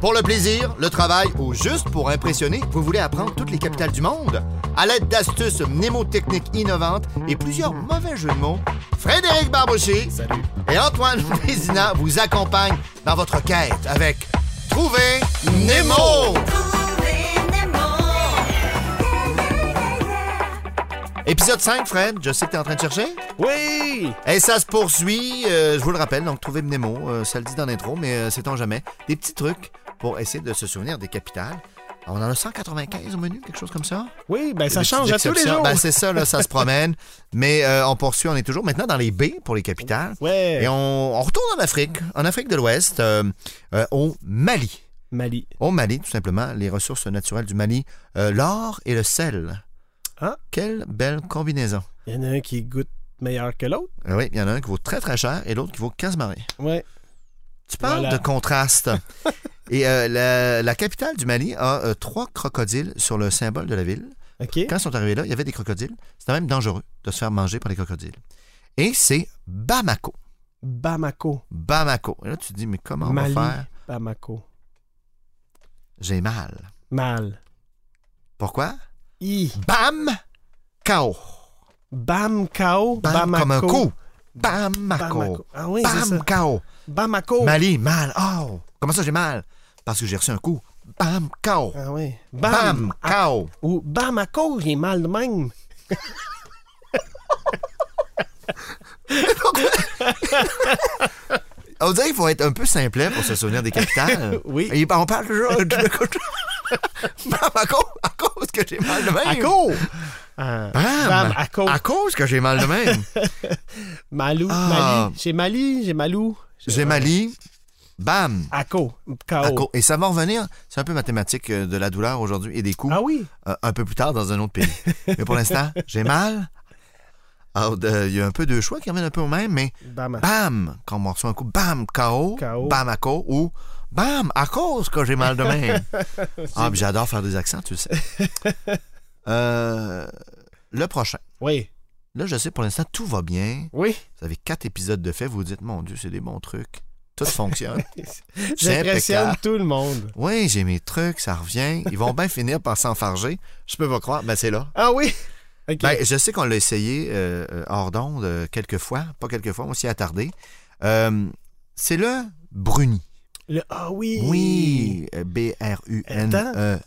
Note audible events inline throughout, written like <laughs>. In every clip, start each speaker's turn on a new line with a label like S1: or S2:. S1: Pour le plaisir, le travail ou juste pour impressionner, vous voulez apprendre toutes les capitales du monde? À l'aide d'astuces mnémotechniques innovantes et plusieurs mauvais jeux de mots, Frédéric Barbouchy
S2: Salut.
S1: et Antoine <laughs> Vézina vous accompagnent dans votre quête avec Trouver Nemo! Épisode 5, Fred, je sais que t'es en train de chercher.
S2: Oui!
S1: Et ça se poursuit, euh, je vous le rappelle, donc trouvez Mnemo, euh, ça le dit dans l'intro, mais euh, sait-on jamais, des petits trucs pour essayer de se souvenir des capitales. On en a 195 au menu, quelque chose comme ça.
S2: Oui, ben ça
S1: Des
S2: change à
S1: petites
S2: tous les
S1: exceptions.
S2: jours.
S1: Ben, c'est ça, là, ça se promène. Mais euh, on poursuit, on est toujours maintenant dans les B pour les capitales.
S2: ouais.
S1: Et on, on retourne en Afrique, en Afrique de l'Ouest, euh, euh, au Mali.
S2: Mali.
S1: Au Mali, tout simplement, les ressources naturelles du Mali, euh, l'or et le sel.
S2: Ah.
S1: Quelle belle combinaison.
S2: Il y en a un qui goûte meilleur que l'autre.
S1: Euh, oui, il y en a un qui vaut très très cher et l'autre qui vaut 15 marais.
S2: Ouais.
S1: Tu parles
S2: Voilà.
S1: de
S2: <laughs>
S1: contraste. Et euh, la, la capitale du Mali a euh, trois crocodiles sur le symbole de la ville.
S2: OK.
S1: Quand ils sont arrivés là, il y avait des crocodiles. C'était même dangereux de se faire manger par les crocodiles. Et c'est Bamako.
S2: Bamako.
S1: Bamako. Et là, tu te dis, mais comment on
S2: Mali.
S1: va faire?
S2: Bamako.
S1: J'ai mal.
S2: Mal.
S1: Pourquoi?
S2: I.
S1: Bam! Kao.
S2: Bamkao.
S1: Bam
S2: Bamako.
S1: comme un coup. Bamako.
S2: Bamako. Ah oui, c'est ça.
S1: Bam! Kao.
S2: Bamako.
S1: Mali, mal. Oh! Comment ça, j'ai mal? Parce que j'ai reçu un coup. Bam! Kao.
S2: Ah oui.
S1: Bam!
S2: Bam. Ah,
S1: Kao.
S2: Ou Bamako, j'ai mal de même.
S1: On dirait qu'il faut être un peu simplet pour se souvenir des capitales.
S2: <laughs> Oui.
S1: Et on parle toujours de <laughs> à, cause, à cause que j'ai mal de même.
S2: Ako. Ah,
S1: Bam.
S2: Bam, à cause.
S1: À cause que j'ai mal de
S2: <laughs>
S1: même.
S2: Malou.
S1: Ah.
S2: Mali. J'ai Mali. J'ai Malou.
S1: j'ai Mali. Bam.
S2: Ako.
S1: à
S2: Kao.
S1: cause. Et ça va revenir. C'est un peu mathématique euh, de la douleur aujourd'hui et des coups
S2: Ah oui.
S1: euh, un peu plus tard dans un autre pays.
S2: <laughs>
S1: mais pour l'instant, j'ai mal. Alors, euh, il y a un peu deux choix qui reviennent un peu au même, mais
S2: Bamako.
S1: bam, quand on reçoit un coup, bam, KO,
S2: K.O..
S1: bam, à cause, ou bam, à cause que j'ai mal de
S2: <laughs>
S1: même. ah, puis j'adore faire des accents, tu le sais. Euh, le prochain.
S2: Oui.
S1: Là, je sais, pour l'instant, tout va bien.
S2: Oui.
S1: Vous avez quatre épisodes de fait, vous vous dites, mon Dieu, c'est des bons trucs. Tout
S2: <laughs>
S1: fonctionne. C'est
S2: J'impressionne
S1: impeccable.
S2: tout le monde.
S1: Oui, j'ai mes trucs, ça revient. Ils vont bien finir par s'enfarger. Je peux pas croire. Ben, c'est là.
S2: Ah oui. OK.
S1: Ben, je sais qu'on l'a essayé euh, euh, hors d'onde euh, quelques fois. Pas quelques fois, on s'y est attardé. Euh, c'est le Bruni.
S2: Le- ah oui.
S1: Oui, euh, B-R-U-N-E-I,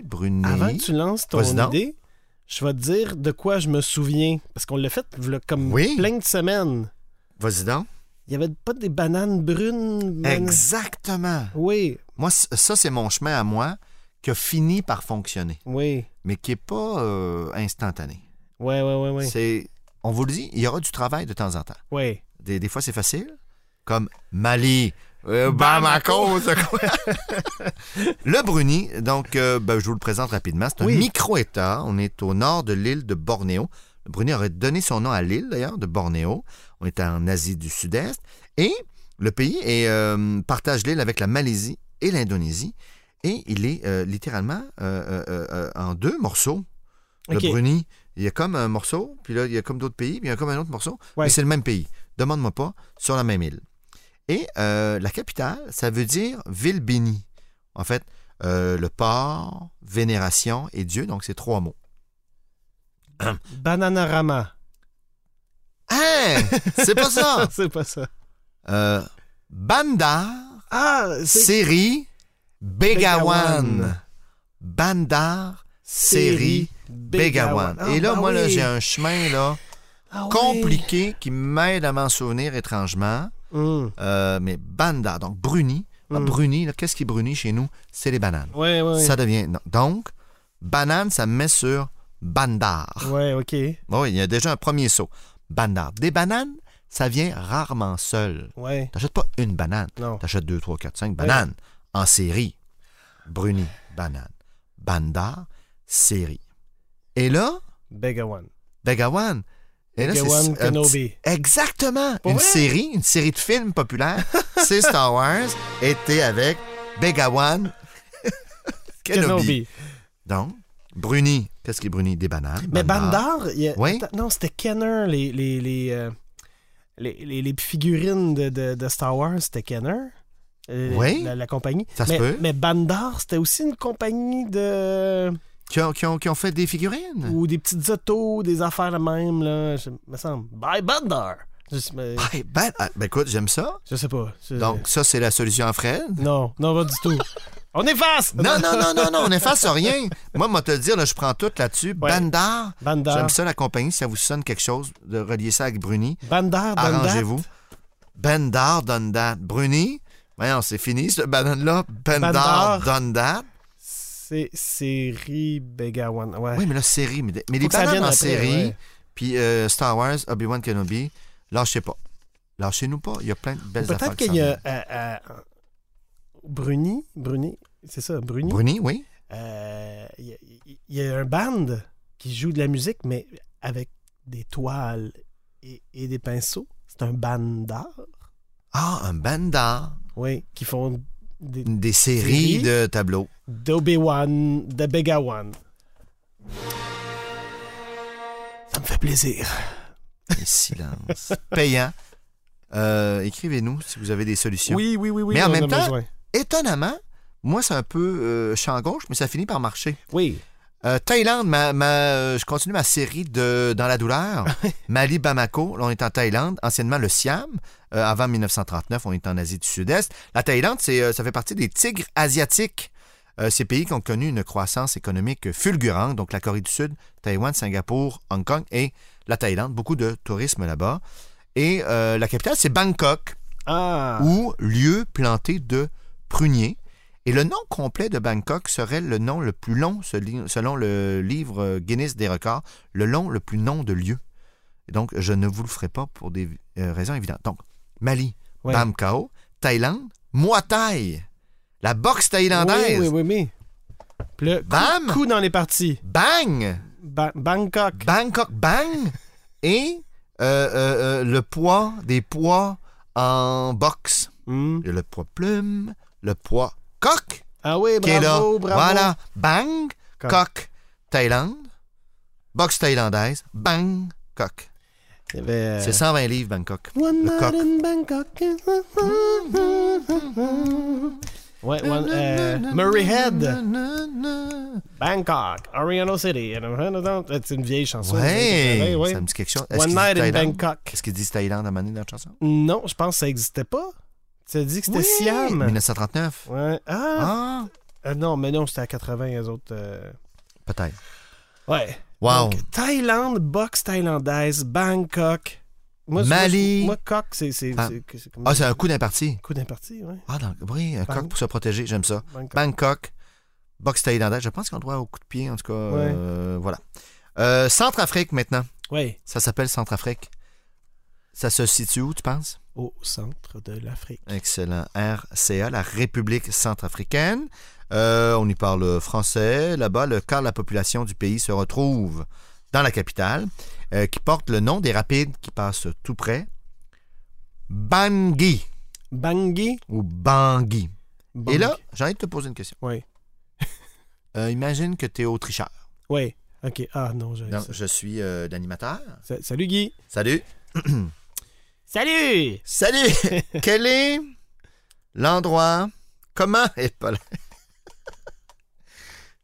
S1: E Bruni.
S2: Avant que tu lances ton
S1: Vas-y donc.
S2: idée, je vais te dire de quoi je me souviens. Parce qu'on l'a fait v'là comme
S1: Oui.
S2: plein de semaines.
S1: Vas-y donc.
S2: Il n'y avait pas des bananes brunes. man-
S1: Exactement.
S2: Oui,
S1: Moi, c- ça, c'est mon chemin à moi qui a fini par fonctionner,
S2: oui.
S1: mais qui n'est pas euh, instantané.
S2: Ouais, ouais, ouais, ouais.
S1: C'est, on vous le dit, il y aura du travail de temps en temps.
S2: Ouais.
S1: Des, des fois, c'est facile, comme Mali, euh, Bamako. c'est quoi? <laughs> le Bruni, donc, euh, ben, je vous le présente rapidement. C'est un
S2: Oui.
S1: micro-État. On est au nord de l'île de Bornéo. Le Bruni aurait donné son nom à l'île, d'ailleurs, de Bornéo. On est en Asie du Sud-Est. Et le pays est, euh, partage l'île avec la Malaisie et l'Indonésie. Et il est euh, littéralement euh, euh, euh, en deux morceaux. Le
S2: OK.
S1: Bruni, il y a comme un morceau, puis là, il y a comme d'autres pays, puis il y a comme un autre morceau.
S2: Ouais.
S1: Mais c'est le même pays. Demande-moi pas, sur la même île. Et euh, la capitale, ça veut dire ville bénie. En fait, euh, le port, vénération et Dieu, donc c'est trois mots.
S2: Bananarama.
S1: Hein! C'est pas ça!
S2: <laughs> c'est pas ça.
S1: Euh, Bandar
S2: Ah, c'est.
S1: Seri Begawan.
S2: Begawan.
S1: Bandar Seri Begawan.
S2: Ah,
S1: et là,
S2: bah
S1: moi, là,
S2: oui.
S1: j'ai un chemin là,
S2: Ah, oui.
S1: compliqué qui m'aide à m'en souvenir étrangement.
S2: Hum.
S1: Euh, mais Bandar, donc Bruni. Ah,
S2: Mm.
S1: Bruni, là, qu'est-ce qui est Bruni chez nous? C'est les bananes.
S2: Ouais, ouais.
S1: Ça devient. non. Donc, banane, ça me met sur bandar. Ah
S2: Ouais, OK.
S1: Oui, il y a déjà un premier saut. Bandar. Des bananes, ça vient rarement seul.
S2: Ouais.
S1: T'achètes pas une banane.
S2: Non.
S1: T'achètes deux, trois, quatre, cinq bananes en série. Bruni, banane. Bandar, série. Et là,
S2: Begawan.
S1: Begawan. Et là, c'est
S2: Begawan
S1: un petit-
S2: Kenobi.
S1: Exactement.
S2: Pour
S1: une
S2: vrai?
S1: série, une série de films
S2: <laughs>
S1: populaires, c'est Star Wars, était avec Begawan Kenobi.
S2: <laughs> Kenobi.
S1: Donc, Bruni. Qu'est-ce qui est Bruni? Des bananes.
S2: Mais
S1: Bandar.
S2: Bandar, il y a-
S1: Oui.
S2: Attends, non, c'était Kenner, les, les, les, euh, les, les- les figurines de, de- de Star Wars, c'était Kenner. euh,
S1: Oui.
S2: la, la compagnie.
S1: Ça se
S2: mais,
S1: peut.
S2: mais Bandar, c'était aussi une compagnie de.
S1: Qui ont, qui ont- qui ont fait des figurines.
S2: Ou des petites autos, des affaires de même, là. Je, me semble. Bye Bandar! Je, sais- mais-
S1: Ouais, ben, ah, ben écoute, j'aime ça.
S2: je sais pas. Je-
S1: Donc, ça, c'est la solution à
S2: <laughs>
S1: Fred.
S2: Non, non, pas du tout. On efface!
S1: Non, non, non, non, non, on efface rien. Moi, moi, te le dire, là, je prends tout là-dessus.
S2: Ouais.
S1: Bandar.
S2: Bandar.
S1: J'aime ça, la compagnie. Si ça vous sonne quelque chose, de relier ça avec Bruni.
S2: Bandar, Bandar.
S1: Arrangez-vous. Ben Bandar, done that. Bruni. Voyons, c'est fini, ce banane-là. Ben
S2: Ben
S1: Bandar,
S2: Bandar.
S1: done that.
S2: C'est série Begawan. Ouais.
S1: Oui, mais la série. Mais, mais les
S2: que ça
S1: bananes
S2: vienne
S1: en
S2: après,
S1: série,
S2: ouais.
S1: puis euh, Star Wars, Obi-Wan Kenobi, lâchez pas. Lâchez-nous pas. Il y a plein de belles
S2: Peut-être
S1: affaires. qui
S2: qu'il y
S1: s'en
S2: a
S1: viennent.
S2: euh, euh, Bruni, Bruni, c'est ça, Bruni.
S1: Bruni, oui.
S2: Euh, Il y, a- il y a un band qui joue de la musique, mais avec des toiles et, et des pinceaux. C'est un band d'art,
S1: Ah, un bandar.
S2: oui, qui font des-
S1: Des séries
S2: Série.
S1: de tableaux.
S2: d'Obi-Wan, de Begawan. Ça me fait plaisir.
S1: Et
S2: <laughs>
S1: silence. Payant. Euh, Écrivez-nous si vous avez des solutions.
S2: Oui, oui, oui, oui.
S1: Mais en
S2: on
S1: même
S2: a
S1: temps-
S2: besoin.
S1: Étonnamment, moi, c'est un peu euh, champ gauche, mais ça finit par marcher.
S2: Oui.
S1: Euh, Thaïlande, ma, ma- euh, je continue ma série de Dans la douleur. Mali, Bamako, là, on est en Thaïlande, anciennement le Siam. Euh, avant 1939, on est en Asie du Sud-Est. La Thaïlande, c'est, euh, ça fait partie des tigres asiatiques. Euh, ces pays qui ont connu une croissance économique fulgurante, donc la Corée du Sud, Taïwan, Singapour, Hong Kong et la Thaïlande. Beaucoup de tourisme là-bas. Et euh, la capitale, c'est Bangkok,
S2: Ah.
S1: ou lieu planté de pruniers. Et le nom complet de Bangkok serait le nom le plus long, sel- selon le livre euh, Guinness des records, le long le plus long de lieu. Et donc, je ne vous le ferai pas pour des euh, raisons évidentes. Donc, Mali,
S2: ouais.
S1: Bamkao, Thaïlande, Muay Thai, la boxe
S2: Oui,
S1: thaïlandaise,
S2: oui, oui, oui. Puis là, coup-
S1: Bam!
S2: coup dans les parties.
S1: bang,
S2: Ba- Bangkok.
S1: Bangkok bang, et euh, euh, euh, le poids des poids en boxe.
S2: Hmm.
S1: Le poids plume, le poids coq,
S2: Ah oui,
S1: qui est là.
S2: bravo, bravo.
S1: Voilà. Bang,
S2: Coq.
S1: coq, Thaïlande. Boxe thaïlandaise. Bang, coq.
S2: Il y avait, euh,
S1: C'est 120 livres, Bangkok. le
S2: One night
S1: coq.
S2: in Bangkok. <laughs> Ouais, one, euh, Murray Head, Bangkok, Oriental City. C'est une vieille chanson.
S1: Ouais,
S2: Ouais, ouais.
S1: ça me dit quelque chose. Est-ce
S2: One
S1: qu'ils
S2: night
S1: disent
S2: in
S1: Thaïlande?
S2: Bangkok.
S1: Est-ce qu'ils disent Thaïlande à un moment donné dans la chanson?
S2: Non, je pense que ça n'existait pas. Tu as dit que c'était
S1: Oui,
S2: Siam.
S1: 1939.
S2: Ouais. Ah,
S1: Ah,
S2: Euh, non, mais non, c'était à 80, les autres. euh,
S1: peut-être.
S2: Ouais.
S1: Wow.
S2: Donc, Thaïlande, boxe thaïlandaise, Bangkok.
S1: Mali.
S2: Moi, coq, c'est. c'est-
S1: Ban-
S2: c'est- c'est comme-
S1: Ah, c'est un coup d'imparti.
S2: coup d'imparti, oui.
S1: Ah, donc, oui, un
S2: Bang.
S1: coq pour se protéger, j'aime ça.
S2: Bangkok.
S1: Bangkok, boxe thaïlandaise. Je pense qu'on doit au coup de pied, en tout cas.
S2: Ouais.
S1: euh, voilà. Euh, Centrafrique maintenant.
S2: Ouais.
S1: Ça s'appelle Centrafrique. Ça se situe où, tu penses?
S2: Au centre de l'Afrique.
S1: Excellent. RCA, la République centrafricaine. Euh, on y parle français. Là-bas, le quart de la population du pays se retrouve dans la capitale, euh, qui porte le nom des rapides qui passent tout près. Bangui
S2: Bangui.
S1: ou Bangui.
S2: Bangui.
S1: Et là, j'ai envie de te poser une question.
S2: Oui.
S1: Euh, imagine que tu es autricheur.
S2: Oui. OK. Ah non, j'ai.
S1: Donc, je suis euh, l'animateur.
S2: Sa- Salut Guy.
S1: Salut.
S2: Salut! <laughs>
S1: Salut! Quel est l'endroit? Comment? Et pas là.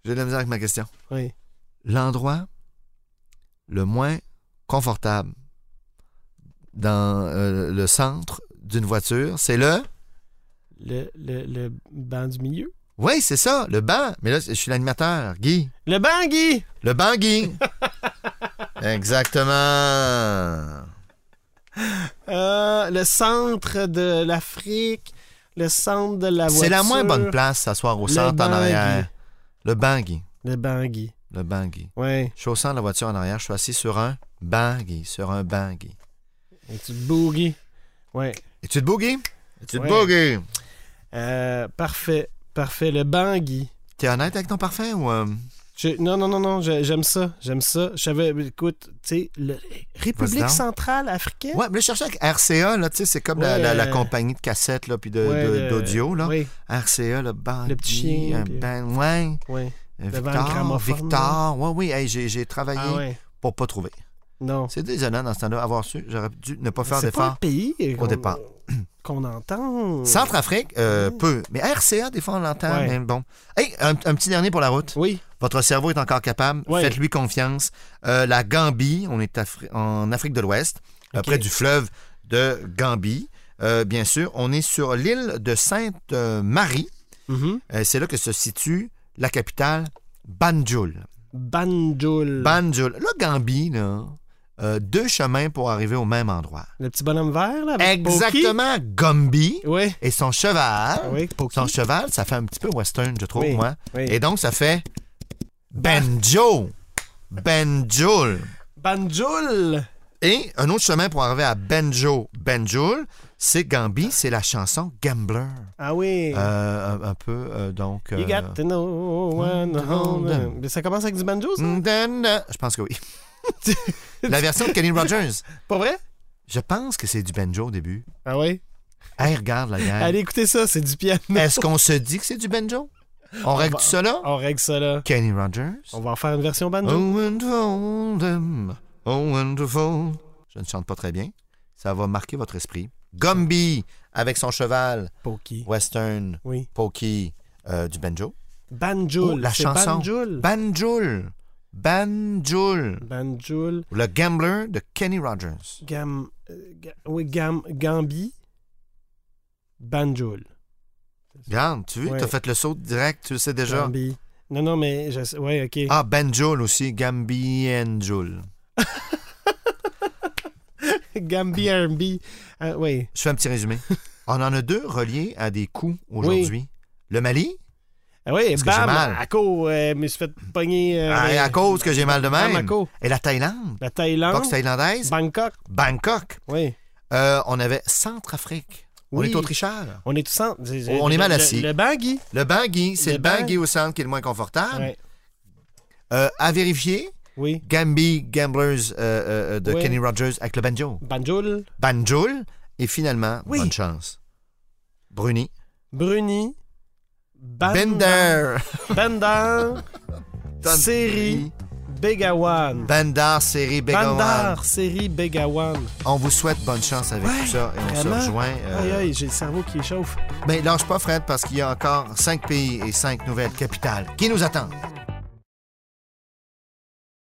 S1: J'ai de la misère avec ma question.
S2: Oui.
S1: L'endroit le moins confortable dans euh, le centre d'une voiture, c'est le.
S2: Le, le, le banc du milieu.
S1: Oui, c'est ça, le banc. Mais là, je suis l'animateur, Guy.
S2: Le banc, Guy!
S1: Le banc,
S2: <laughs>
S1: Guy. Exactement.
S2: Euh, le centre de l'Afrique. Le centre de la voiture.
S1: C'est la moins bonne place, s'asseoir au
S2: Le
S1: centre en
S2: banc,
S1: arrière.
S2: Guy.
S1: Le banc, Guy.
S2: Le banc, Guy.
S1: Le banc, Guy.
S2: Ouais.
S1: Je suis au centre de la voiture en arrière, je suis assis sur un banc, Guy, sur un banc, Guy.
S2: Et tu te beau, Guy. Ouais.
S1: Es-tu debout, Guy? Es-tu
S2: Ouais.
S1: debout, Guy?
S2: Euh, parfait. Parfait. Le banc, Guy.
S1: T'es honnête avec ton parfum ou... euh,
S2: Je- non, non, non, non, je- j'aime ça, j'aime ça. Je savais, écoute, tu sais, le-
S1: Vas-y donc.
S2: République centrale africaine.
S1: Ouais, mais là, je cherchais avec RCA, là, tu sais, c'est comme la,
S2: Ouais,
S1: la- la
S2: euh,
S1: compagnie de cassettes, là, puis de-
S2: Ouais,
S1: de-
S2: le-
S1: d'audio, là.
S2: Oui,
S1: RCA, le banc,
S2: Le petit
S1: Guy,
S2: chien,
S1: un
S2: puis-
S1: banc, ouais.
S2: oui.
S1: Euh,
S2: Devant le
S1: Victor,
S2: gramophone,
S1: Victor, ouais, oui, hey, j'ai j'ai travaillé
S2: Ah ouais.
S1: pour pas trouver.
S2: Non.
S1: C'est désolant dans ce temps-là, avoir su, j'aurais dû ne pas faire
S2: C'est pas un
S1: d'effort
S2: pays.
S1: au départ.
S2: <clears throat> qu'on entend.
S1: Centrafrique, euh,
S2: Ouais.
S1: peu. Mais RCA, des fois, on l'entend,
S2: Ouais.
S1: mais bon. Hey, un, un petit dernier pour la route.
S2: Oui.
S1: Votre cerveau est encore capable.
S2: Ouais.
S1: Faites-lui confiance. Euh, la Gambie, on est Afri- en Afrique de l'Ouest, euh,
S2: Ok.
S1: près du fleuve de Gambie. Euh, bien sûr, on est sur l'île de Sainte-Marie.
S2: Mhm.
S1: Euh, c'est là que se situe la capitale, Banjul.
S2: Banjul.
S1: Banjul. Là, Gambie, là, euh, deux chemins pour arriver au même endroit.
S2: le petit bonhomme vert, là. Avec
S1: Exactement, Gambie
S2: Poki. Oui.
S1: et son cheval.
S2: Ah oui, Poki.
S1: Son cheval, ça fait un petit peu western, je trouve,
S2: Oui,
S1: moi.
S2: oui.
S1: Et donc, ça fait Banjo. Banjul.
S2: Banjul.
S1: Et un autre chemin pour arriver à Benjo. Benjul, c'est Gambie, c'est la chanson Gambler.
S2: Ah oui.
S1: Euh, un- un peu, euh, donc...
S2: you
S1: euh,
S2: got to know one
S1: Hold
S2: Mais ça commence avec du banjo, ça?
S1: mm, dan, dan. Je pense que oui. <laughs> la version de Kenny Rogers.
S2: Pas vrai?
S1: Je pense que c'est du banjo au début.
S2: Ah oui.
S1: Hey, regarde la gang.
S2: Allez, écoutez ça, c'est du piano.
S1: Hein? Est-ce qu'on se dit que c'est du banjo? On
S2: Ah,
S1: règle
S2: bah.
S1: tout ça là?
S2: <laughs> On règle ça, là.
S1: Kenny Rogers.
S2: On va en faire une version banjo.
S1: Oh wonderful, oh wonderful. Je ne chante pas très bien. Ça va marquer votre esprit. Gumby avec son cheval,
S2: Poki.
S1: western,
S2: Oui.
S1: pokey, euh, du banjo.
S2: Banjul.
S1: Oh, la
S2: c'est
S1: chanson.
S2: Banjul.
S1: Banjul, banjul.
S2: Banjul.
S1: Le gambler de Kenny Rogers.
S2: Gam, euh, ga- oui, gam, Gambi. Banjul.
S1: Regarde, tu vois,
S2: Ouais.
S1: t'as fait le saut direct, tu le sais déjà.
S2: Gambi. Non, non, mais... Je... sais- Ouais, OK.
S1: Ah, banjul aussi, gambi Anjul.
S2: <laughs> Gambi R&B. Ah, oui.
S1: Je fais un petit résumé.
S2: <laughs>
S1: On en a deux reliés à des coups aujourd'hui. Le Mali,
S2: Ah oui,
S1: Parce que j'ai
S2: bam,
S1: mal.
S2: à co, euh, me suis fait pogner... euh,
S1: Ah, à, à cause que j'ai mal de
S2: bam, à
S1: même.
S2: co.
S1: Et la Thaïlande,
S2: La Thaïlande.
S1: boxe thaïlandaise,
S2: Bangkok.
S1: Bangkok.
S2: Oui.
S1: Euh, on avait Centrafrique. On
S2: Oui.
S1: est au Trichard.
S2: On est tous en... j'ai- j'ai-
S1: On est
S2: le-
S1: mal
S2: le-
S1: assis.
S2: Le, Bangui.
S1: Le Bangui, c'est
S2: Le
S1: le Bangui au centre qui est le moins confortable.
S2: Ouais.
S1: Euh, à vérifier,
S2: Oui.
S1: Gambi Gamblers euh, euh, euh, de
S2: Ouais.
S1: Kenny Rogers avec le banjo.
S2: Banjul.
S1: Banjul. Et finalement,
S2: Oui.
S1: bonne chance. Bruni.
S2: Bruni. Ban-
S1: Bender. <laughs>
S2: Bandar. Seri. Begawan.
S1: Bandar, série Begawan.
S2: Bandar. Seri Begawan.
S1: On vous souhaite bonne chance avec
S2: Ouais,
S1: tout ça et on se
S2: vraiment.
S1: rejoint. euh,
S2: Aïe, aïe, j'ai le cerveau qui chauffe.
S1: Ben, Mais lâche pas, Fred, parce qu'il y a encore cinq pays et cinq nouvelles capitales qui nous attendent.